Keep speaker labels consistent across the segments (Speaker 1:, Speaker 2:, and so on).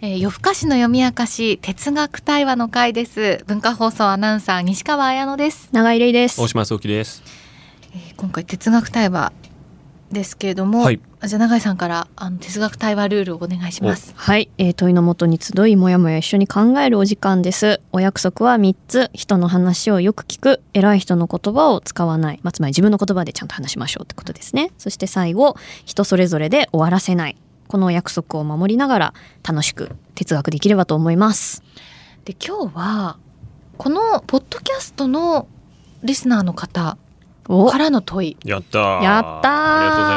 Speaker 1: えー夜更かしの読み明かし哲学対話の会です文化放送アナウンサー西川彩乃です、
Speaker 2: 長井玲です。
Speaker 3: 大島聡樹です。
Speaker 1: えー今回哲学対話ですけれども、
Speaker 3: はい
Speaker 1: あじゃあ永井さんからあの哲学対話ルールをお願いします
Speaker 2: はい、えー問いのもとに集いもやもや一緒に考えるお時間ですお約束は3つ人の話をよく聞く偉い人の言葉を使わない、まあ、つまり自分の言葉でちゃんと話しましょうってことですねそして最後人それぞれで終わらせないこのお約束を守りながら楽しく哲学できればと思います
Speaker 1: で今日はこのポッドキャストのリスナーの方
Speaker 2: お
Speaker 1: からの問い
Speaker 3: やったー。
Speaker 2: やったー
Speaker 3: ありがとうござい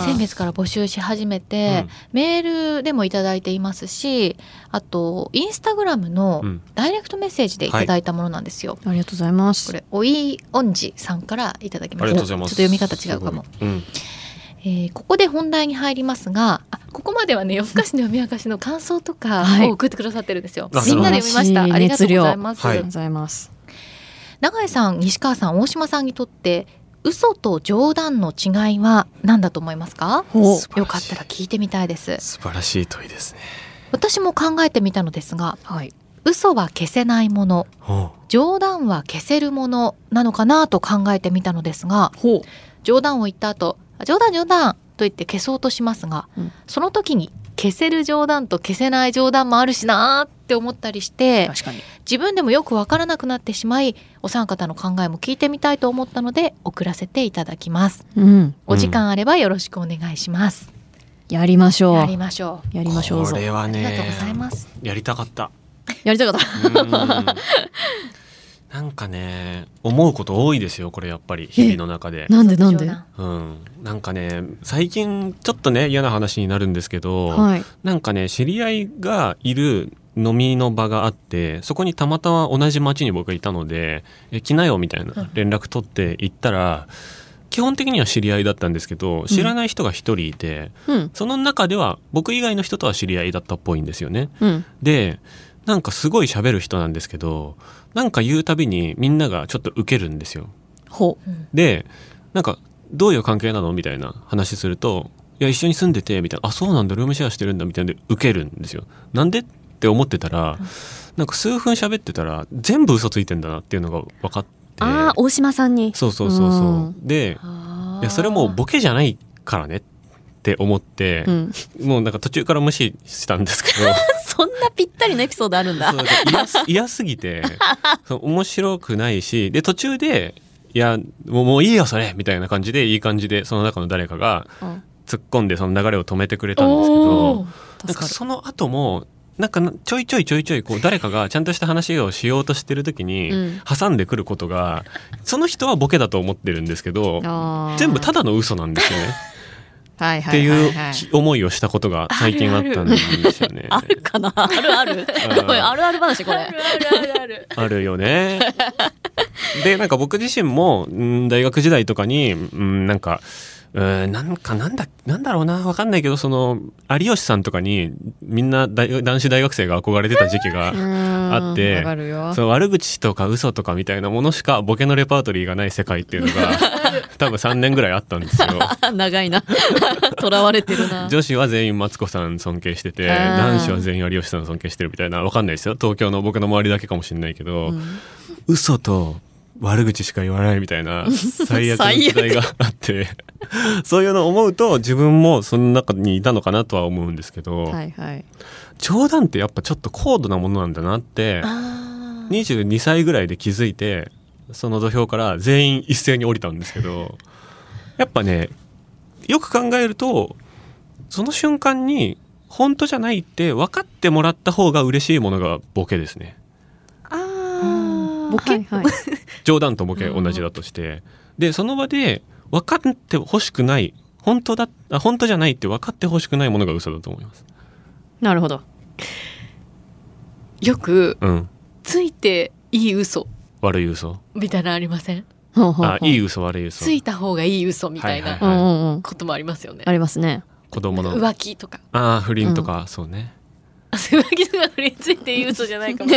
Speaker 2: あ
Speaker 3: す。
Speaker 2: ー
Speaker 1: 先月から募集し始めて、メールでもいただいていますしあとインスタグラムの
Speaker 3: うん
Speaker 1: ダイレクトメッセージでいただいたものなんですよ、
Speaker 2: ありがとうございます
Speaker 1: これおいおんじさんからいただき
Speaker 3: あ
Speaker 1: ま
Speaker 3: り
Speaker 1: し
Speaker 3: がと
Speaker 1: た
Speaker 3: うございます。
Speaker 1: ちょっと読み方違うかも、
Speaker 3: すごい。うん。
Speaker 1: えーここで本題に入りますがあここまではね夜更かしの読み明かしの感想とか
Speaker 2: はい
Speaker 1: を送ってくださってるんですよ、
Speaker 3: あ
Speaker 1: みんなで読みました
Speaker 2: 素晴らしい
Speaker 1: ありがとうございます、
Speaker 3: 熱
Speaker 2: あ
Speaker 3: 量は
Speaker 2: り
Speaker 3: い
Speaker 2: がとうございます
Speaker 1: 永井さん西川さん大島さんにとって嘘と冗談の違いは何だと思いますか
Speaker 2: お
Speaker 1: よかったら聞いてみたいです
Speaker 3: 素晴らしい問いですね。
Speaker 1: 私も考えてみたのですが
Speaker 2: はい
Speaker 1: 嘘は消せないもの
Speaker 3: ほ
Speaker 1: 冗談は消せるものなのかなと考えてみたのですが
Speaker 2: ほう
Speaker 1: 冗談を言った後あ冗談冗談と言って消そうとしますが、
Speaker 2: うん
Speaker 1: その時に消せる冗談と消せない冗談もあるしなーって思ったりして
Speaker 2: 確かに
Speaker 1: 自分でもよくわからなくなってしまいお三方の考えも聞いてみたいと思ったので送らせていただきます
Speaker 2: うん
Speaker 1: お時間あればよろしくお願いします、
Speaker 2: やりましょう
Speaker 1: やりましょう
Speaker 2: や
Speaker 3: う
Speaker 2: りましょうぞ
Speaker 3: これは
Speaker 1: あり
Speaker 3: ね。
Speaker 1: がとうございます、
Speaker 3: やりたかった。
Speaker 2: やりたかった
Speaker 3: うん なんかね、思うこと多いですよ。これやっぱり日々の中で。
Speaker 2: なんでなんで
Speaker 1: 冗談
Speaker 3: うん。なんかね、最近ちょっとね嫌な話になるんですけど、
Speaker 2: はい
Speaker 3: なんかね知り合いがいる飲みの場があってそこにたまたま同じ町に僕がいたので「え来なよ」みたい
Speaker 1: うん
Speaker 3: な連絡取って行ったら基本的には知り合いだったんですけど知らない人が一人いて、
Speaker 2: うん
Speaker 3: その中では僕以外の人とは知り合いだったっぽいんですよね。
Speaker 2: うん
Speaker 3: でなんかすごい喋る人なんですけどなんか言うたびにみんながちょっとウケるんですよ。
Speaker 2: ほ
Speaker 1: うん
Speaker 3: でなんかどういう関係なのみたいな話すると「いや一緒に住んでて」みたいな「あそうなんだルームシェアしてるんだ」みたいなんで受けるんですよ。なんでって思ってたらなんか数分喋ってたら全部嘘ついてんだなっていうのが分かって
Speaker 2: ああ大島さんに
Speaker 3: そうそうそうそううでいやそれもうボケじゃないからねって思って
Speaker 2: う、ん、
Speaker 3: もうなんか途中から無視したんですけ ど
Speaker 2: そんなぴったりのエピソードあるんだ
Speaker 3: そうなんか 嫌す嫌すぎてそう面白くないしで途中で「いやもうもういいよそれ」みたいな感じでいい感じでその中の誰かが
Speaker 2: うん
Speaker 3: 突っ込んでその流れを止めてくれたんですけどな
Speaker 2: 助
Speaker 3: んか
Speaker 2: かる
Speaker 3: その後もなんかなちょいちょいちょいちょいこう誰かがちゃんとした話をしようとしてる時に
Speaker 2: ん
Speaker 3: 挟んでくることがその人はボケだと思ってるんですけど
Speaker 2: あー
Speaker 3: 全部ただの嘘なんですよね
Speaker 2: はい
Speaker 3: っ
Speaker 2: は
Speaker 3: て
Speaker 2: い
Speaker 3: い
Speaker 2: は
Speaker 3: う
Speaker 2: いはい
Speaker 3: き思いをしたことが最近あったんですよね。
Speaker 2: あるか なあるある
Speaker 3: うん
Speaker 2: これ あるある話これ
Speaker 3: あるよね。 でなんか僕自身もうん大学時代とかにうんなんか。うんなんかなんだなんだろうなわかんないけどその有吉さんとかにみんな大男子大学生が憧れてた時期が
Speaker 2: あ
Speaker 3: あって
Speaker 2: わかるよ
Speaker 3: その悪口とか嘘とかみたいなものしかボケのレパートリーがない世界っていうのが多分3年ぐらいあったんですよ。
Speaker 2: 長いな囚われてるな
Speaker 3: 女子は全員マツコさん尊敬してて
Speaker 2: あー
Speaker 3: 男子は全員有吉さん尊敬してるみたいなわかんないですよ東京の僕の周りだけかもしれないけど、
Speaker 2: うん
Speaker 3: 嘘と悪口しか言わないみたい な最悪の時代があってそういうのを思うと自分もその中にいたのかなとは思うんですけど、
Speaker 2: はいはい
Speaker 3: 冗談ってやっぱちょっと高度なものなんだなって
Speaker 1: あー
Speaker 3: 22歳ぐらいで気づいてその土俵から全員一斉に降りたんですけ どやっぱねよく考えるとその瞬間に本当じゃないって分かってもらった方が嬉しいものがボケですね。
Speaker 1: ー
Speaker 2: ボケはいはい
Speaker 3: 冗談とボケ同じだとして、でその場で分かってほしくない本当だあ本当じゃないって分かってほしくないものが嘘だと思います。
Speaker 2: なるほど
Speaker 1: よく
Speaker 3: うん、
Speaker 1: ついていい嘘
Speaker 3: 悪い嘘。
Speaker 1: みたいなのありません
Speaker 2: ほうほうほ
Speaker 3: あ
Speaker 2: う
Speaker 3: いい嘘悪い嘘
Speaker 1: つ。いた方がいい嘘みたい
Speaker 3: はい
Speaker 1: な
Speaker 2: う
Speaker 3: はい
Speaker 2: んうんうん
Speaker 1: こともありますよね
Speaker 2: あ。りますね
Speaker 3: 子供の
Speaker 1: 浮気とか。
Speaker 3: ああ不倫とか、そうね。
Speaker 1: あ浮気とか不倫ついていい嘘じゃないかも。
Speaker 3: ま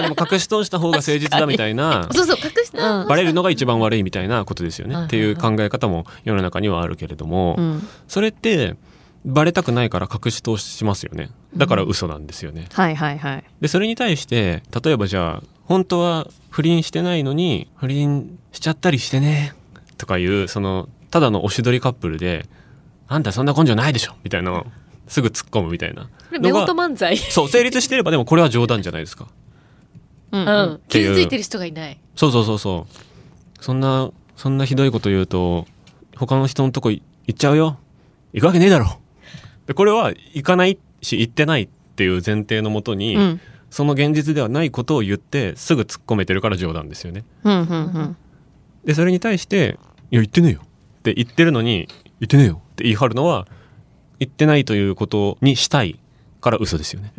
Speaker 3: あでも隠し通した方が誠実だみたいな
Speaker 1: そうそう隠した。
Speaker 2: うん
Speaker 3: バレるのが一番悪いみたいなことですよ
Speaker 1: はい
Speaker 3: ね
Speaker 1: はい
Speaker 3: っていう考え方も世の中にはあるけれども、
Speaker 2: うん
Speaker 3: それってバレたくないから隠し通しますよねだから嘘なんですよね、
Speaker 2: はいはいはい
Speaker 3: でそれに対して例えばじゃあ本当は不倫してないのに不倫しちゃったりしてねとかいうそのただのおしどりカップルで「あんたそんな根性ないでしょ」みたいなのをすぐ突っ込むみたいな
Speaker 4: こ れ
Speaker 3: の
Speaker 4: 目
Speaker 3: が
Speaker 4: 音漫才
Speaker 3: そう成立してればでもこれは冗談じゃないですか
Speaker 2: うん
Speaker 4: う
Speaker 2: うんん
Speaker 3: て
Speaker 1: 気
Speaker 3: いう
Speaker 1: づいてる人がいない
Speaker 3: そうそうそうそうそんなそんなひどいこと言うと他の人のとこい行っちゃうよ行くわけねえだろでこれは行かないし行ってないっていう前提のもとに、
Speaker 2: うん
Speaker 3: その現実ではないことを言ってすぐ突っ込めてるから冗談ですよね
Speaker 2: うんうん
Speaker 3: でそれに対して「いや言ってねえよ」って言ってるのに「言ってねえよ」って言い張るのは言ってないということにしたいから嘘ですよね。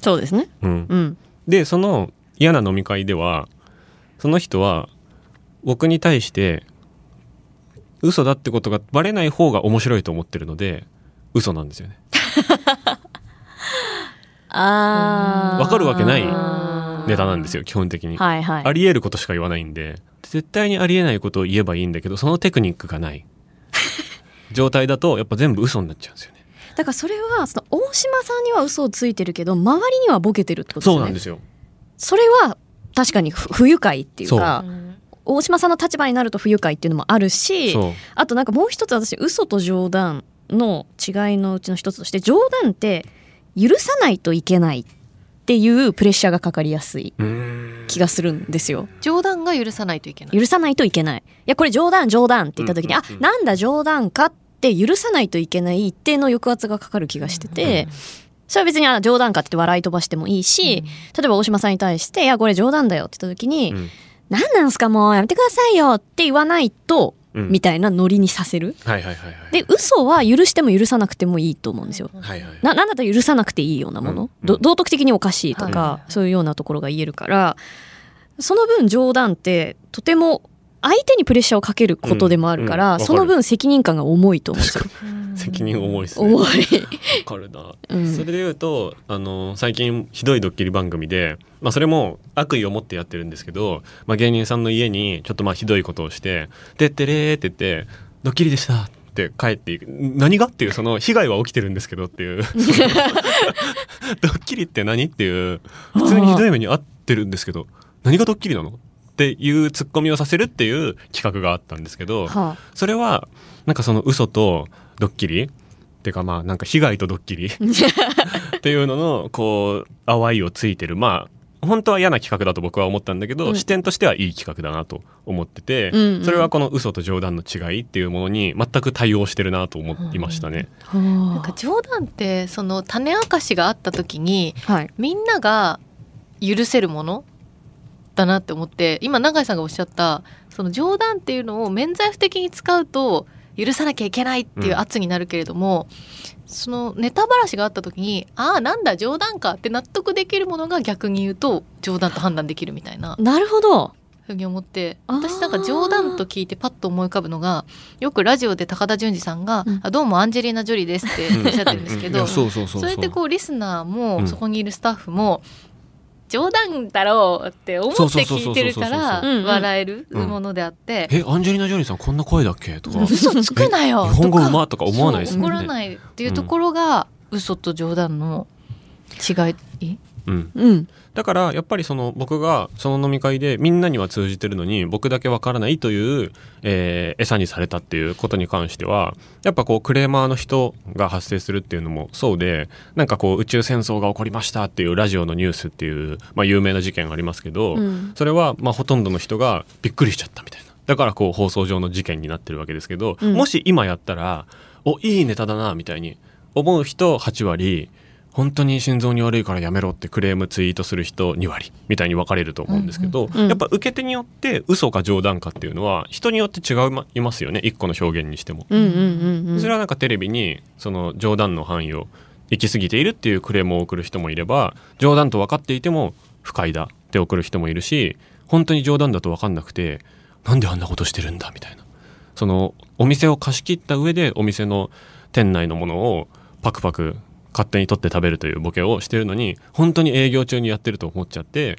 Speaker 2: そうですね
Speaker 3: うん、
Speaker 2: うん
Speaker 3: でその嫌な飲み会ではその人は僕に対して嘘だってことがバレない方が面白いと思ってるので嘘なんですよね。
Speaker 2: あー
Speaker 3: わかるわけない
Speaker 2: あー
Speaker 3: ネタなんですよ基本的に。
Speaker 2: はいはい
Speaker 3: ありえることしか言わないんで絶対にありえないことを言えばいいんだけどそのテクニックがない 状態だとやっぱ全部嘘になっちゃうんですよね。
Speaker 2: だからそれはその大島さんには嘘をついてるけど周りにはボケてるってことです
Speaker 3: そう
Speaker 2: よね
Speaker 3: なんですよ。
Speaker 2: それは確かに不不愉快っていうか大島さんの立場になると不愉快っていうのもあるし
Speaker 3: そう
Speaker 2: あとなんかもう一つ私嘘と冗談の違いのうちの一つとして冗談って許さないといけないっていうプレッシャーがかかりやすいう
Speaker 3: ーん
Speaker 2: 気がするんですよ
Speaker 1: 冗談が許さないといけない
Speaker 2: 許さないといけないいやこれ冗談冗談って言った時に、
Speaker 3: うんうんうん
Speaker 2: あなんだ冗談かって許さないといけない一定の抑圧がかかる気がしてて、それは別にあ冗談かって笑い飛ばしてもいいし、例えば大島さんに対して「いやこれ冗談だよ」って言った時に「
Speaker 3: うん
Speaker 2: 何なんすかもうやめてくださいよ」って言わないと、
Speaker 3: うん
Speaker 2: みたいなノリにさせる
Speaker 3: はいはいはいはい。
Speaker 2: で嘘は許しても許さなくてもいいと思うんですよ。
Speaker 3: はいはい。
Speaker 2: ななんだったら許さなくていいようなもの、
Speaker 3: うん
Speaker 2: ど道徳的におかしいとか、
Speaker 1: は
Speaker 2: そういうようなところが言えるからその分冗談ってとても相手にプレッシャーをかけることでもあるから、
Speaker 3: うんうんわか
Speaker 2: そ
Speaker 3: る
Speaker 2: の分責任感が重いと思うんですよ。
Speaker 3: 責任重いですね。
Speaker 2: 重
Speaker 3: わ
Speaker 2: い、
Speaker 3: かるな。
Speaker 2: うん
Speaker 3: それで言うとあの最近ひどいドッキリ番組で、まあ、それも悪意を持ってやってるんですけど、まあ、芸人さんの家にちょっとまあひどいことをして「てってれー」って言って「ドッキリでした」って帰っていく何がっていうその被害は起きてるんですけどっ ていうそのドッキリって何っていう普通にひどい目に遭ってるんですけど何がドッキリなのっていうツッコミをさせるっていう企画があったんですけど、
Speaker 2: はあ
Speaker 3: それはなんかその嘘とドッキリっていうかまあなんか被害とドッキリ っていうののこう淡いをついてるまあ本当は嫌な企画だと僕は思ったんだけど、
Speaker 2: うん
Speaker 3: 視点としてはいい企画だなと思ってて、
Speaker 2: うんうん
Speaker 3: それはこの嘘と冗談の違いっていうものに全く対応してるなと思いましたね。
Speaker 1: なんか冗談ってその種明かしがあった時に
Speaker 2: はい、
Speaker 1: みんなが許せるものだなって思って今永井さんがおっしゃったその冗談っていうのを免罪符的に使うと許さなきゃいけないっていう圧になるけれども、そのネタばらしがあった時にああなんだ冗談かって納得できるものが逆に言うと冗談と判断できるみたいな
Speaker 2: なるほど
Speaker 1: ふうに思って
Speaker 2: あー
Speaker 1: 私なんか冗談と聞いてパッと思い浮かぶのがよくラジオで高田純次さんが、
Speaker 2: うん
Speaker 1: あ「どうもアンジェリーナ・ジョリーです」っておっしゃってるんですけど、
Speaker 3: うんいや
Speaker 1: そう
Speaker 3: そうそ
Speaker 1: れってこうリスナーも、
Speaker 3: うん
Speaker 1: そこにいるスタッフも冗談だろうって思って聞いてるか
Speaker 3: そうそうそうそうそう
Speaker 1: ら
Speaker 2: そううんうん
Speaker 1: 笑えるものであって
Speaker 3: えアンジェリーナ・ジョリーさんこんな声だっけと
Speaker 1: 「
Speaker 3: か
Speaker 1: 嘘つくなよ」
Speaker 3: 日本語う
Speaker 1: とか
Speaker 3: まとか思わないです
Speaker 1: そう
Speaker 3: も
Speaker 1: 怒
Speaker 3: ん
Speaker 1: ら
Speaker 3: ね。
Speaker 1: ないっていうところが、嘘と冗談の違い
Speaker 3: うん
Speaker 2: うん
Speaker 3: だからやっぱりその僕がその飲み会でみんなには通じてるのに僕だけわからないという、えー餌にされたっていうことに関してはやっぱこうクレーマーの人が発生するっていうのもそうでなんかこう宇宙戦争が起こりましたっていうラジオのニュースっていう、まあ、有名な事件がありますけど、
Speaker 2: うん
Speaker 3: それはまあほとんどの人がびっくりしちゃったみたいなだからこう放送上の事件になってるわけですけど、
Speaker 2: うん
Speaker 3: もし今やったらおいいネタだなみたいに思う人8割本当に心臓に悪いからやめろってクレームツイートする人2割みたいに分かれると思うんですけど、
Speaker 2: うんうん
Speaker 3: やっぱ受け手によって嘘か冗談かっていうのは人によって違うまいますよね一個の表現にしても。
Speaker 2: うんうんうんうん
Speaker 3: それはなんかテレビにその冗談の範囲を行き過ぎているっていうクレームを送る人もいれば冗談と分かっていても不快だって送る人もいるし本当に冗談だと分かんなくてなんであんなことしてるんだみたいなそのお店を貸し切った上でお店の店内のものをパクパク勝手に取って食べるというボケをしてるのに本当に営業中にやってると思っちゃって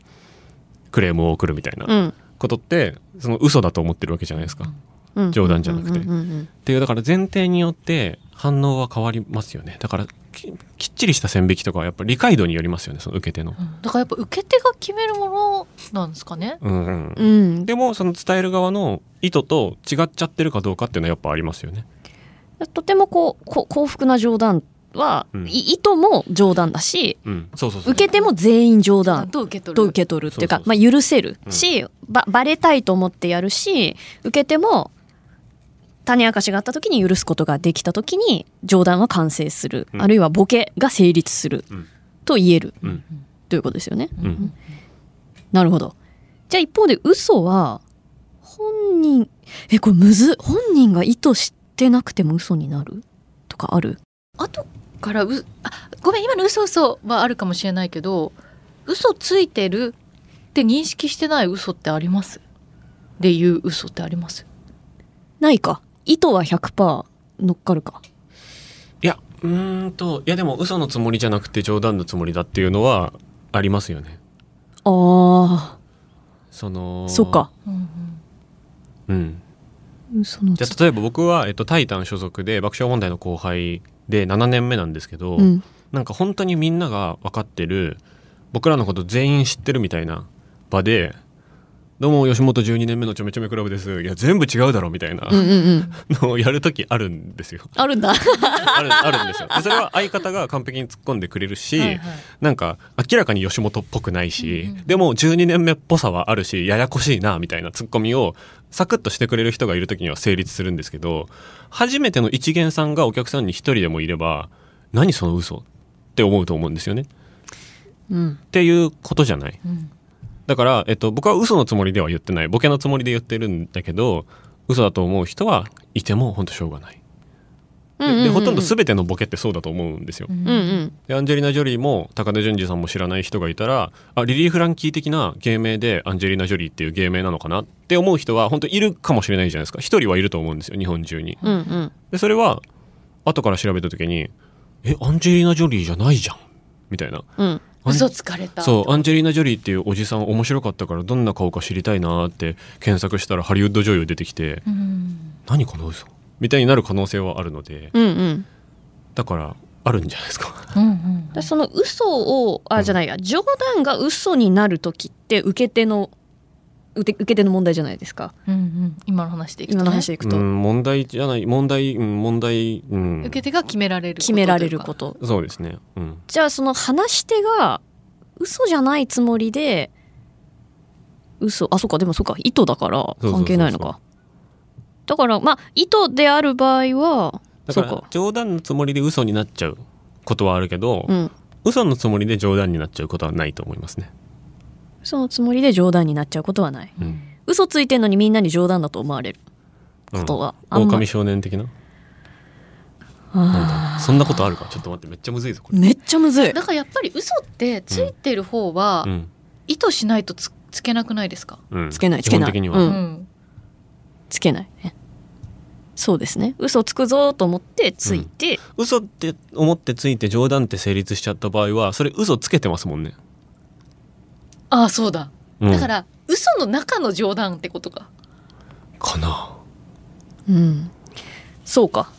Speaker 3: クレームを送るみたいな
Speaker 2: うん
Speaker 3: ことってその嘘だと思ってるわけじゃないですか。
Speaker 2: うん
Speaker 3: 冗談じゃなくて
Speaker 2: うんうんうん
Speaker 3: っていうだから前提によって反応は変わりますよねだからききっちりした線引きとかはやっぱ理解度によりますよねその受け手の。
Speaker 1: だからやっぱ受け手が決めるものなんですかね。
Speaker 3: うんうん
Speaker 2: うんうん
Speaker 3: でもその伝える側の意図と違っちゃってるかどうかっていうのはやっぱありますよね。
Speaker 2: とてもこうこ幸福な冗談は、
Speaker 3: うん
Speaker 2: い意図も冗談だし
Speaker 3: うん、そうそうそう
Speaker 2: 受けても全員冗談
Speaker 1: どう受け取る。
Speaker 2: と受け取るっていうか
Speaker 3: そうそう
Speaker 2: まあ、
Speaker 3: そ
Speaker 2: 許せるし、ばバレたいと思ってやるし受けても種明かしがあった時に許すことができた時に冗談は完成する、
Speaker 3: うん
Speaker 2: あるいはボケが成立する、
Speaker 3: うん
Speaker 2: と言える、
Speaker 3: うん
Speaker 2: ということですよね。
Speaker 3: うん
Speaker 2: なるほどじゃあ一方で嘘は本人えこれむずっ本人が意図してなくても嘘になるとかある
Speaker 1: 後からうあごめん今の嘘嘘はあるかもしれないけど嘘ついてるって認識してない嘘ってありますでいう嘘ってあります
Speaker 2: ないか意図は100%乗っかるか
Speaker 3: いやうーんといやでも嘘のつもりじゃなくて冗談のつもりだっていうのはありますよね。
Speaker 2: あ
Speaker 3: その
Speaker 2: ーそっか。
Speaker 1: うん
Speaker 3: うん。
Speaker 2: 嘘の
Speaker 3: じゃ
Speaker 2: つ
Speaker 3: あ例えば僕は、えっと、タイタン所属で爆笑問題の後輩で7年目なんですけど、
Speaker 2: うん
Speaker 3: なんか本当にみんなが分かってる僕らのこと全員知ってるみたいな場で「どうも吉本12年目のちょめちょめクラブです」「いや全部違うだろ」みたいな
Speaker 2: うんうんうん
Speaker 3: のをやる時あるんですよ。
Speaker 2: ある んだ
Speaker 3: あるあるんですよ。でそれは相方が完璧に突っ込んでくれるし、
Speaker 1: はいはい
Speaker 3: なんか明らかに吉本っぽくないし、
Speaker 1: うんうん
Speaker 3: でも12年目っぽさはあるしややこしいなみたいなツッコミをサクッとしてくれる人がいる時には成立するんですけど初めての一元さんがお客さんに一人でもいれば何その嘘って思うと思うんですよね。
Speaker 2: うん
Speaker 3: っていうことじゃない。
Speaker 1: うん
Speaker 3: だから、えっと、僕は嘘のつもりでは言ってないボケのつもりで言ってるんだけど嘘だと思う人はいても本当しょうがない。
Speaker 2: う
Speaker 3: で
Speaker 2: ん
Speaker 3: でほとんど全てのボケってそうだと思うんですよ。
Speaker 1: うん
Speaker 2: うんうん
Speaker 3: でアンジェリーナ・ジョリーも高田純次さんも知らない人がいたらあリリー・フランキー的な芸名でアンジェリーナ・ジョリーっていう芸名なのかなって思う人は本当いるかもしれないじゃないですか一人はいると思うんですよ日本中に
Speaker 2: うんうん
Speaker 3: でそれは後から調べた時に「えアンジェリーナ・ジョリーじゃないじゃん」みたいな
Speaker 2: うん
Speaker 3: アン
Speaker 1: 嘘つかれた
Speaker 3: そうアンジェリーナ・ジョリーっていうおじさん面白かったからどんな顔か知りたいなーって検索したらハリウッド女優出てきて
Speaker 1: うん
Speaker 3: 「何この嘘みたいになる可能性はあるので
Speaker 2: うんうん
Speaker 3: だからあるんじゃないですか
Speaker 1: うんうん
Speaker 2: でその嘘をあじゃないや冗談が嘘になる時って受け手の受け受け手の問題じゃないですか
Speaker 1: うんうん今の話でいくとね
Speaker 2: 今の話でいく
Speaker 3: う
Speaker 2: と、
Speaker 3: ん問題じゃない問題うん問題うん
Speaker 1: 受け手が決められること
Speaker 2: 決められることと
Speaker 3: そうですね。うん。
Speaker 2: じゃあその話し手が嘘じゃないつもりで嘘あそっかでもそっか意図だから
Speaker 3: そうそうそうそう
Speaker 2: 関係ないのかだからまあ意図である場合は
Speaker 3: だか
Speaker 2: そう
Speaker 3: ら
Speaker 2: か
Speaker 3: 冗談のつもりで嘘になっちゃうことはあるけど、
Speaker 2: うん
Speaker 3: 嘘のつもりで冗談になっちゃうことはないと思いますね。
Speaker 2: 嘘のつもりで冗談になっちゃうことはない
Speaker 3: うん。
Speaker 2: 嘘ついてんのにみんなに冗談だと思われる
Speaker 3: うん
Speaker 2: ことはあんま
Speaker 3: 狼少年的な。なんだそんなことあるか。ちょっと待って、めっちゃむずいぞこれ。
Speaker 2: めっちゃむずい
Speaker 1: だからやっぱり嘘ってついてる方は
Speaker 3: うん。
Speaker 1: 意図しないとつつけなくないですか、
Speaker 3: うん。
Speaker 2: つけない
Speaker 3: 基本
Speaker 2: つけ
Speaker 3: 的
Speaker 2: ない
Speaker 3: には。
Speaker 2: うん
Speaker 1: ん
Speaker 2: つけないねそうですね嘘つくぞと思ってついて、
Speaker 3: 嘘って思ってついて冗談って成立しちゃった場合は、それ嘘つけてますもんね。
Speaker 1: ああそうだ
Speaker 3: うん、
Speaker 1: だか。ら嘘の中の冗談ってことか
Speaker 3: かな。
Speaker 2: うん、そうか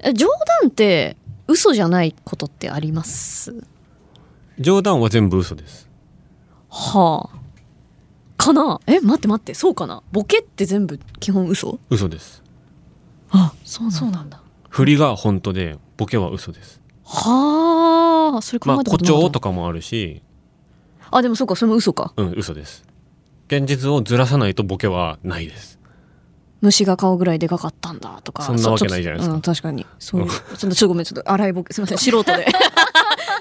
Speaker 2: え冗談って嘘じゃないことってあります
Speaker 3: 冗談は全部嘘です。
Speaker 2: はあかなえ待って待ってそうかなボケって全部基本嘘
Speaker 3: 嘘です。
Speaker 2: あそう
Speaker 1: そう
Speaker 2: だ
Speaker 1: なんだ
Speaker 3: 振りが本当で、ボケは嘘です。
Speaker 2: はあそれ考
Speaker 3: まあ、
Speaker 2: えたこ
Speaker 3: 誇
Speaker 2: となか
Speaker 3: 張
Speaker 2: った
Speaker 3: とかもあるし、
Speaker 2: あでもそうかそれも嘘か
Speaker 3: うん、嘘です。現実をずらさないとボケはないです。
Speaker 2: 虫が顔ぐらいでかかったんだとか
Speaker 3: そんなわけないじゃないですか
Speaker 2: そうちょっとうん、確かにそういうちょっとちょっとごめんちょっと荒いボケすみません素人 で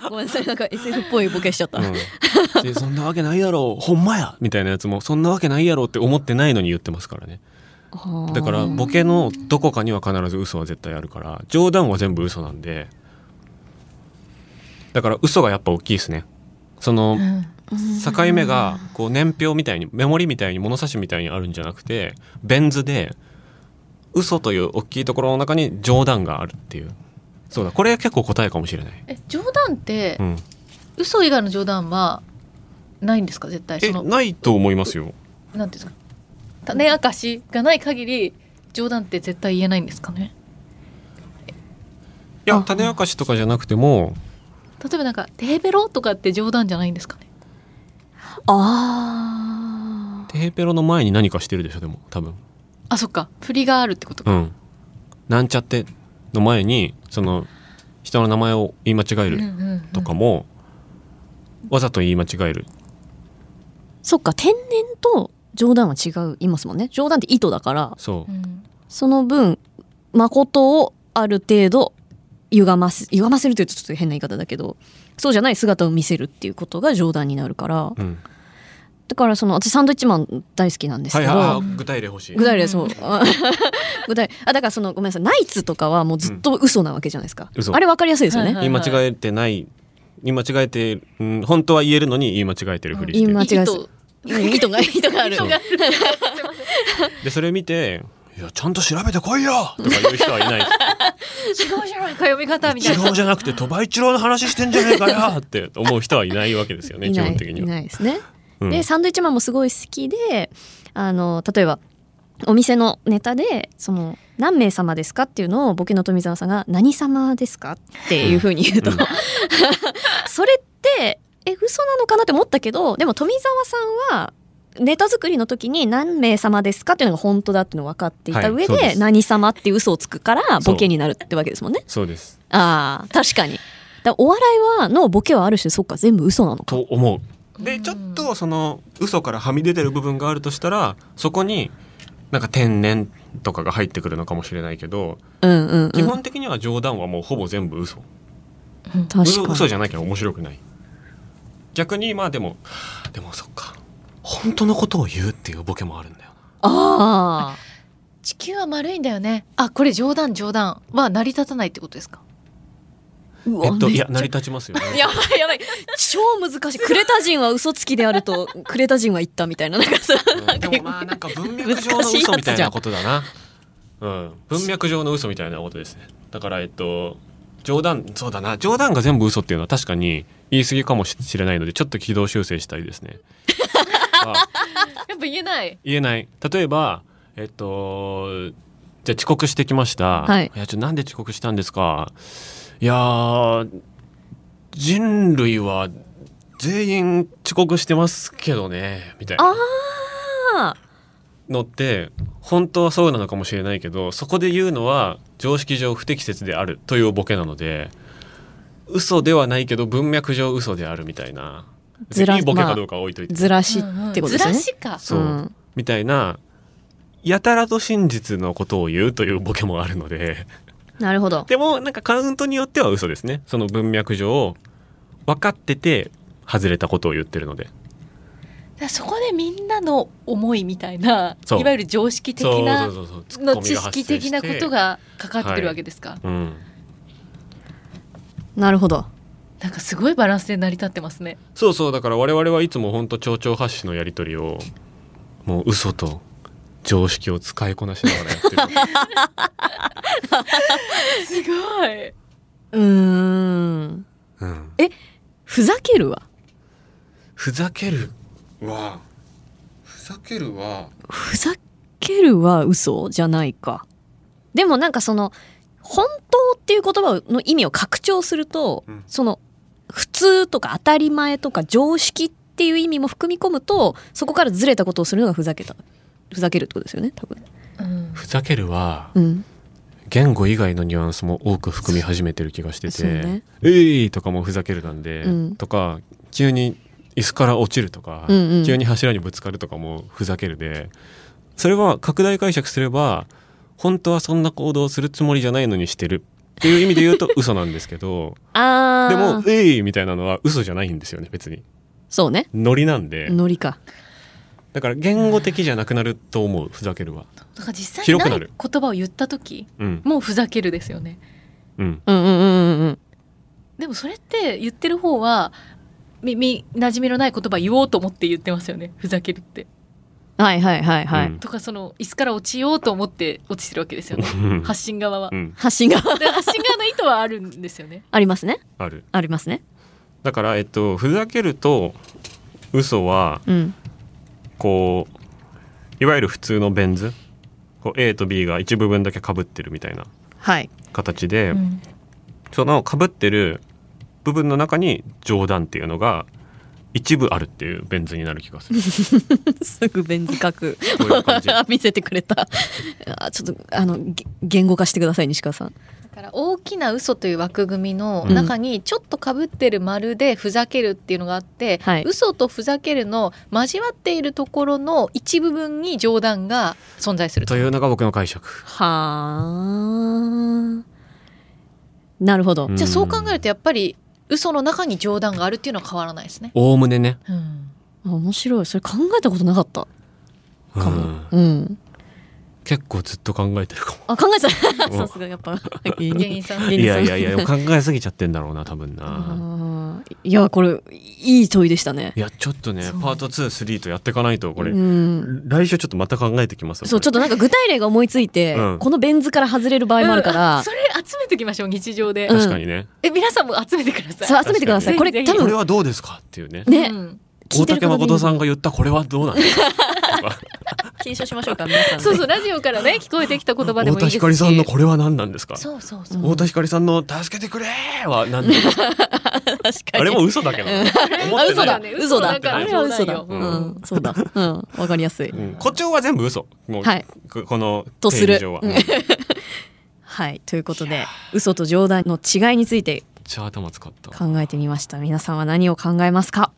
Speaker 2: ごめんなさいなんか SF っぽいボケしちゃった、
Speaker 3: うん、でそんなわけないやろほんまやみたいなやつもそんなわけないやろって思ってないのに言ってますからね
Speaker 2: はあ
Speaker 3: だからボケのどこかには必ず嘘は絶対あるから冗談は全部嘘なんでだから嘘がやっぱ大きいですねその境目がこう年表みたいにメモリみたいに物差しみたいにあるんじゃなくてベン図で嘘という大きいところの中に冗談があるっていうそうだこれ結構答えかもしれない、
Speaker 1: え冗談って
Speaker 3: うん、
Speaker 1: 嘘以外の冗談はないんですか絶対
Speaker 3: え
Speaker 1: その
Speaker 3: ないと思いますよ
Speaker 1: なんていうんですか種明かしがない限り冗談って絶対言えないんですかね
Speaker 3: や
Speaker 2: あ
Speaker 3: 種明かしとかじゃなくても
Speaker 1: 例えばなんか「テーベロ」とかって冗談じゃないんですかね
Speaker 2: あ
Speaker 3: テヘペロの前に何かしてるでしょでも多分
Speaker 1: あそっか振りがあるってこと
Speaker 3: う
Speaker 1: か、
Speaker 3: んなんちゃっての前にその人の名前を言い間違え
Speaker 1: うんう
Speaker 3: る
Speaker 1: んうん
Speaker 3: とかも、わざと言い間違える
Speaker 2: そっか天然と冗談は違ういますもんね冗談って糸だから
Speaker 3: そうう、
Speaker 1: ん
Speaker 2: その分誠をある程度歪ます歪ませるというとちょっと変な言い方だけどそうじゃない姿を見せるっていうことが冗談になるから
Speaker 3: うん、
Speaker 2: だからその私サンドイッチマン大好きなんです
Speaker 3: は
Speaker 2: け
Speaker 3: い
Speaker 2: ど、
Speaker 3: あー具体例欲しい
Speaker 2: 具体例そ
Speaker 1: う
Speaker 2: う
Speaker 1: ん
Speaker 2: 具体あだからそのごめんなさいナイツとかはもうずっと嘘なわけじゃないですか、
Speaker 3: うん嘘
Speaker 2: あれ分かりやすいですよね、
Speaker 1: はい
Speaker 3: 言い間違えてない言い間違えて、うん、本当は言えるのに言い間違えてるふりしてる、
Speaker 2: うん言い間違え
Speaker 1: 糸
Speaker 2: うん糸が糸がある
Speaker 1: 糸がある
Speaker 3: でそれ見て「いやちゃんと調べてこいよ!」とか言う人はいない
Speaker 1: 違うじゃないか読み方みたいな
Speaker 3: 違うじゃなくて鳥羽一郎の話してんじゃねえかよって思う人はいないわけですよね
Speaker 2: い
Speaker 3: 基
Speaker 2: ない
Speaker 3: 本的に
Speaker 2: い
Speaker 3: は。
Speaker 2: ないですね、
Speaker 3: うん
Speaker 2: でサンドイッチマンもすごい好きであの例えばお店のネタでその何名様ですかっていうのをボケの富澤さんが「何様ですか?」っていうふうに言うと、
Speaker 3: うん
Speaker 2: それってえ嘘なのかなって思ったけどでも富澤さんはネタ作りの時に「何名様ですか?」っていうのが本当だっていうのが分かっていた
Speaker 3: はい
Speaker 2: 上で「
Speaker 3: そうです
Speaker 2: 何様」っていう嘘をつくからボケになるってわけですもんね。
Speaker 3: そうです
Speaker 2: あー確かにだからお笑いはのボケはある種そっか全部嘘なのか
Speaker 3: と思う。
Speaker 1: う
Speaker 3: で
Speaker 1: ん
Speaker 3: ちょっとその嘘からはみ出てる部分があるとしたらそこになんか天然とかが入ってくるのかもしれないけど
Speaker 2: うんうんうん、
Speaker 3: 基本的には冗談はもうほぼ全部嘘。
Speaker 1: うん
Speaker 2: 確か
Speaker 3: 嘘
Speaker 2: に
Speaker 3: 嘘じゃなきゃ面白くない逆にまあでもでもそっか本当のことを言うっていうボケもあるんだよ
Speaker 2: あ
Speaker 1: 地球は丸いんだよねあこれ冗談冗談は成り立たないってことですか
Speaker 2: あう
Speaker 3: なえっといや
Speaker 2: め
Speaker 3: 成
Speaker 2: ち
Speaker 3: り立ちますよね
Speaker 2: ゃやばいやばい超難しいクレタ人は嘘つきであるとクレタ人は言ったみたいななんかさ
Speaker 3: うんでもまあなんか文脈上の嘘みたいなことだなうん文脈上の嘘みたいなことですねだからえっと冗談そうだな冗談が全部嘘っていうのは確かに言い過ぎかもしれないのでちょっと軌道修正したいですねあ
Speaker 1: やっぱ言えない
Speaker 3: 言えない例えばえっとじゃあ遅刻してきました、
Speaker 2: はい
Speaker 3: やちょなんで遅刻したんですかいやー人類は全員遅刻してますけどねみたいな
Speaker 2: ああ
Speaker 3: のって本当はそうなのかもしれないけどそこで言うのは常識上不適切であるというボケなので嘘ではないけど文脈上嘘であるみたいな
Speaker 2: ずら
Speaker 3: いいボケかどうかは置いといて、
Speaker 2: ずらしってことです
Speaker 1: ずら
Speaker 2: よね
Speaker 1: しか
Speaker 3: そう、
Speaker 2: うん
Speaker 3: みたいなやたらと真実のことを言うというボケもあるので
Speaker 2: なるほど
Speaker 3: でもなんかカウントによっては嘘ですねその文脈上分かってて外れたことを言ってるので
Speaker 1: だからそこでみんなの思いみたいな
Speaker 3: そう
Speaker 1: いわゆる常識的な
Speaker 3: そうそうそう
Speaker 1: の知識的なこと、がかかってくるわけですか、
Speaker 3: ツッコミ発生してうん、
Speaker 2: なるほど
Speaker 1: なんかすごいバランスで成り立ってますね
Speaker 3: そうそうだから我々はいつも本当丁々発止のやり取りをもう嘘と常識を使いこなしながらやってる
Speaker 1: すごい、
Speaker 2: うーん
Speaker 3: うん
Speaker 2: ふざけるわ
Speaker 3: ふざけるはふざけるは
Speaker 2: ふざけるは嘘じゃないかでもなんかその本当っていう言葉の意味を拡張すると、
Speaker 3: うん
Speaker 2: その普通とか当たり前とか常識っていう意味も含み込むとそこからずれたことをするのがふざけたふざけるってことですよね多分
Speaker 1: うん、
Speaker 3: ふざけるは
Speaker 2: うん
Speaker 3: 言語以外のニュアンスも多く含み始めてる気がして
Speaker 2: そう
Speaker 3: て
Speaker 2: ね
Speaker 3: 「えい!」とかもふざけるなんで、
Speaker 2: うん
Speaker 3: とか急に椅子から落ちるとか、
Speaker 2: うんうん
Speaker 3: 急に柱にぶつかるとかもふざけるでそれは拡大解釈すれば本当はそんな行動をするつもりじゃないのにしてるっていう意味 で言うと嘘なんですけど
Speaker 2: あー
Speaker 3: でも「えい!」みたいなのは嘘じゃないんですよね別に
Speaker 2: そうね
Speaker 3: ノリなんで
Speaker 2: ノリか
Speaker 3: だから言語的じゃなくなると思うふざけるは。
Speaker 1: だから実際に
Speaker 3: 広く
Speaker 1: な
Speaker 3: ないる
Speaker 1: 言葉を言った時
Speaker 3: うん
Speaker 1: もうふざけるですよね
Speaker 3: うん
Speaker 2: うんうんうんうんうん
Speaker 1: でもそれって言ってる方はみみ馴染みのない言葉言おうと思って言ってますよねふざけるって
Speaker 2: はいはいはいはい、
Speaker 3: うん
Speaker 1: とかその椅子から落ちようと思って落ちてるわけですよね発信側は
Speaker 3: う、ん、
Speaker 2: 発信が
Speaker 1: で発信側の意図はあるんですよね
Speaker 2: ありますね
Speaker 3: ある
Speaker 2: ありますね
Speaker 3: だから、えっと、ふざけると嘘は
Speaker 2: うん
Speaker 3: こういわゆる普通のベン図こう A と B が一部分だけ被ってるみたいな
Speaker 2: はい
Speaker 3: 形で、
Speaker 1: うん
Speaker 3: その被ってる部分の中に冗談っていうのが一部あるっていうベン図になる気がす る。
Speaker 2: すぐベン図書く
Speaker 3: こういう感じ
Speaker 2: 見せてくれたあちょっとあのげ言語化してください西川さん
Speaker 1: だから大きな嘘という枠組みの中にちょっとかぶってる丸でふざけるっていうのがあって、
Speaker 2: はい
Speaker 1: 嘘とふざけるの交わっているところの一部分に冗談が存在する
Speaker 3: というのが僕の解釈。
Speaker 2: はあなるほど、
Speaker 3: うん
Speaker 1: じゃあそう考えるとやっぱり嘘の中に冗談があるっていうのは変わらないですね。
Speaker 3: おおむねね。
Speaker 1: うん
Speaker 2: 面白いそれ考えたことなかったか
Speaker 3: う
Speaker 2: も
Speaker 3: ん
Speaker 2: うん
Speaker 3: 結構ずっと考えてるかも。
Speaker 2: あ考えた
Speaker 3: お
Speaker 2: さすがやっ ぱ
Speaker 1: 芸
Speaker 2: 芸人
Speaker 1: 人さん
Speaker 2: 芸
Speaker 3: い
Speaker 2: 人さ
Speaker 3: や
Speaker 2: ん
Speaker 3: いやいや、考えすぎちゃってんだろうな、多分な。
Speaker 2: あーいやこれいい問いでしたね
Speaker 3: いや、ちょっとね
Speaker 1: そう、
Speaker 3: パート2、3とやっていかないと、これ、
Speaker 2: うん
Speaker 3: 来週ちょっとまた考えてきますよ
Speaker 2: そうちょっとなんか具体例が思いついて、
Speaker 3: うん
Speaker 2: このベン図から外れる場合もあるから、
Speaker 1: うんそれ集めてきましょう日常で、
Speaker 2: うん
Speaker 3: 確かにね。
Speaker 1: え皆さんも集めてください
Speaker 2: さあ集めてくださいこれ
Speaker 1: 確かに
Speaker 2: 多
Speaker 3: これ
Speaker 2: 分
Speaker 3: はどうですかっていうね。
Speaker 2: ね、
Speaker 1: うん
Speaker 2: 聞
Speaker 3: 大
Speaker 2: いてる
Speaker 3: 竹
Speaker 2: 方
Speaker 3: 誠さんが言ったこれはどうな んですかとか
Speaker 2: 検証しましょうか皆さんで
Speaker 1: そうそうラジオからね聞こえてきた言葉でもいいで
Speaker 3: 太田
Speaker 1: すし
Speaker 3: 光さんのこれは何なんですか
Speaker 1: そうそうそう、
Speaker 3: 太田光さんの助けてくれは何な んですか
Speaker 2: 確かに
Speaker 3: あれも嘘だけど。
Speaker 2: うん
Speaker 3: 思
Speaker 2: あ
Speaker 3: って
Speaker 2: 嘘
Speaker 3: な
Speaker 2: だ
Speaker 3: い
Speaker 1: ね
Speaker 2: 嘘だ
Speaker 1: 嘘だ
Speaker 2: あれは嘘だ
Speaker 1: 嘘
Speaker 2: う
Speaker 3: だ
Speaker 2: ん
Speaker 3: よ、
Speaker 2: そうだうんわかりやすい、
Speaker 3: うん誇張は全部嘘。もう
Speaker 2: はい
Speaker 3: ここの
Speaker 2: とする
Speaker 3: 定義上は。
Speaker 2: うんはいということで嘘と冗談の違いについて
Speaker 3: じゃあ頭使った。
Speaker 2: 考えてみました皆さんは何を考えますか